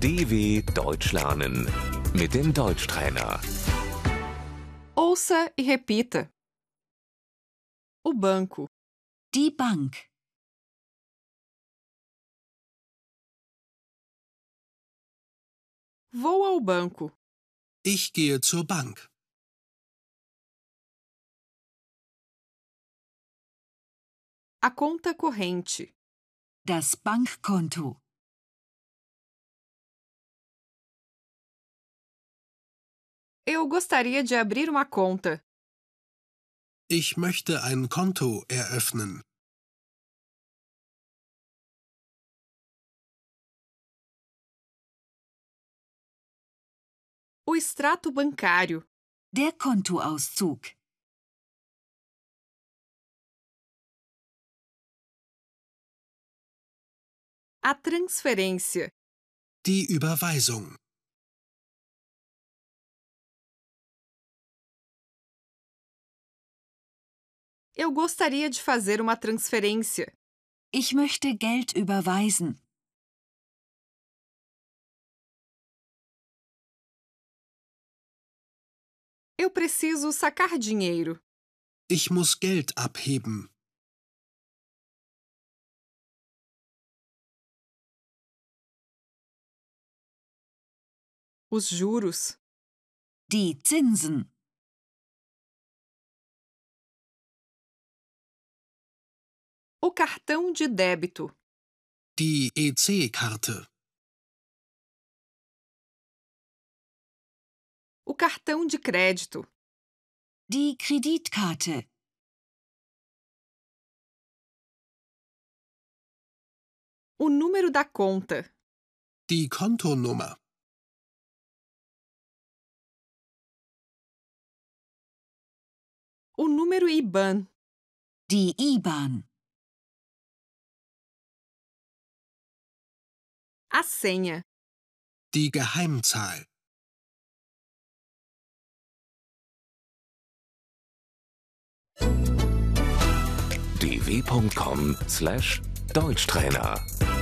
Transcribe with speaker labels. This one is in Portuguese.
Speaker 1: DW Deutsch lernen mit dem Deutschtrainer.
Speaker 2: Ouça e repita. O banco,
Speaker 3: Die Bank,
Speaker 2: vou ao banco,
Speaker 4: Ich gehe zur Bank.
Speaker 2: a conta corrente,
Speaker 3: das Bankkonto,
Speaker 2: eu gostaria de abrir uma conta,
Speaker 4: Ich möchte ein Konto eröffnen.
Speaker 2: o extrato bancário,
Speaker 3: der Kontoauszug,
Speaker 2: a transferência,
Speaker 4: Die Überweisung.
Speaker 2: eu gostaria de fazer uma transferência,
Speaker 3: ich möchte Geld überweisen,
Speaker 2: eu preciso sacar dinheiro,
Speaker 4: Ich muss Geld abheben.
Speaker 2: os juros,
Speaker 3: die Zinsen,
Speaker 2: o cartão de débito,
Speaker 4: Die E EC-Karte.
Speaker 2: o cartão de crédito,
Speaker 3: die Kreditkarte,
Speaker 2: o número da conta,
Speaker 4: Die Kontonummer.
Speaker 2: o número IBAN,
Speaker 3: die IBAN,
Speaker 2: a senha,
Speaker 4: Die Geheimzahl.
Speaker 1: dw.com/deutschtrainer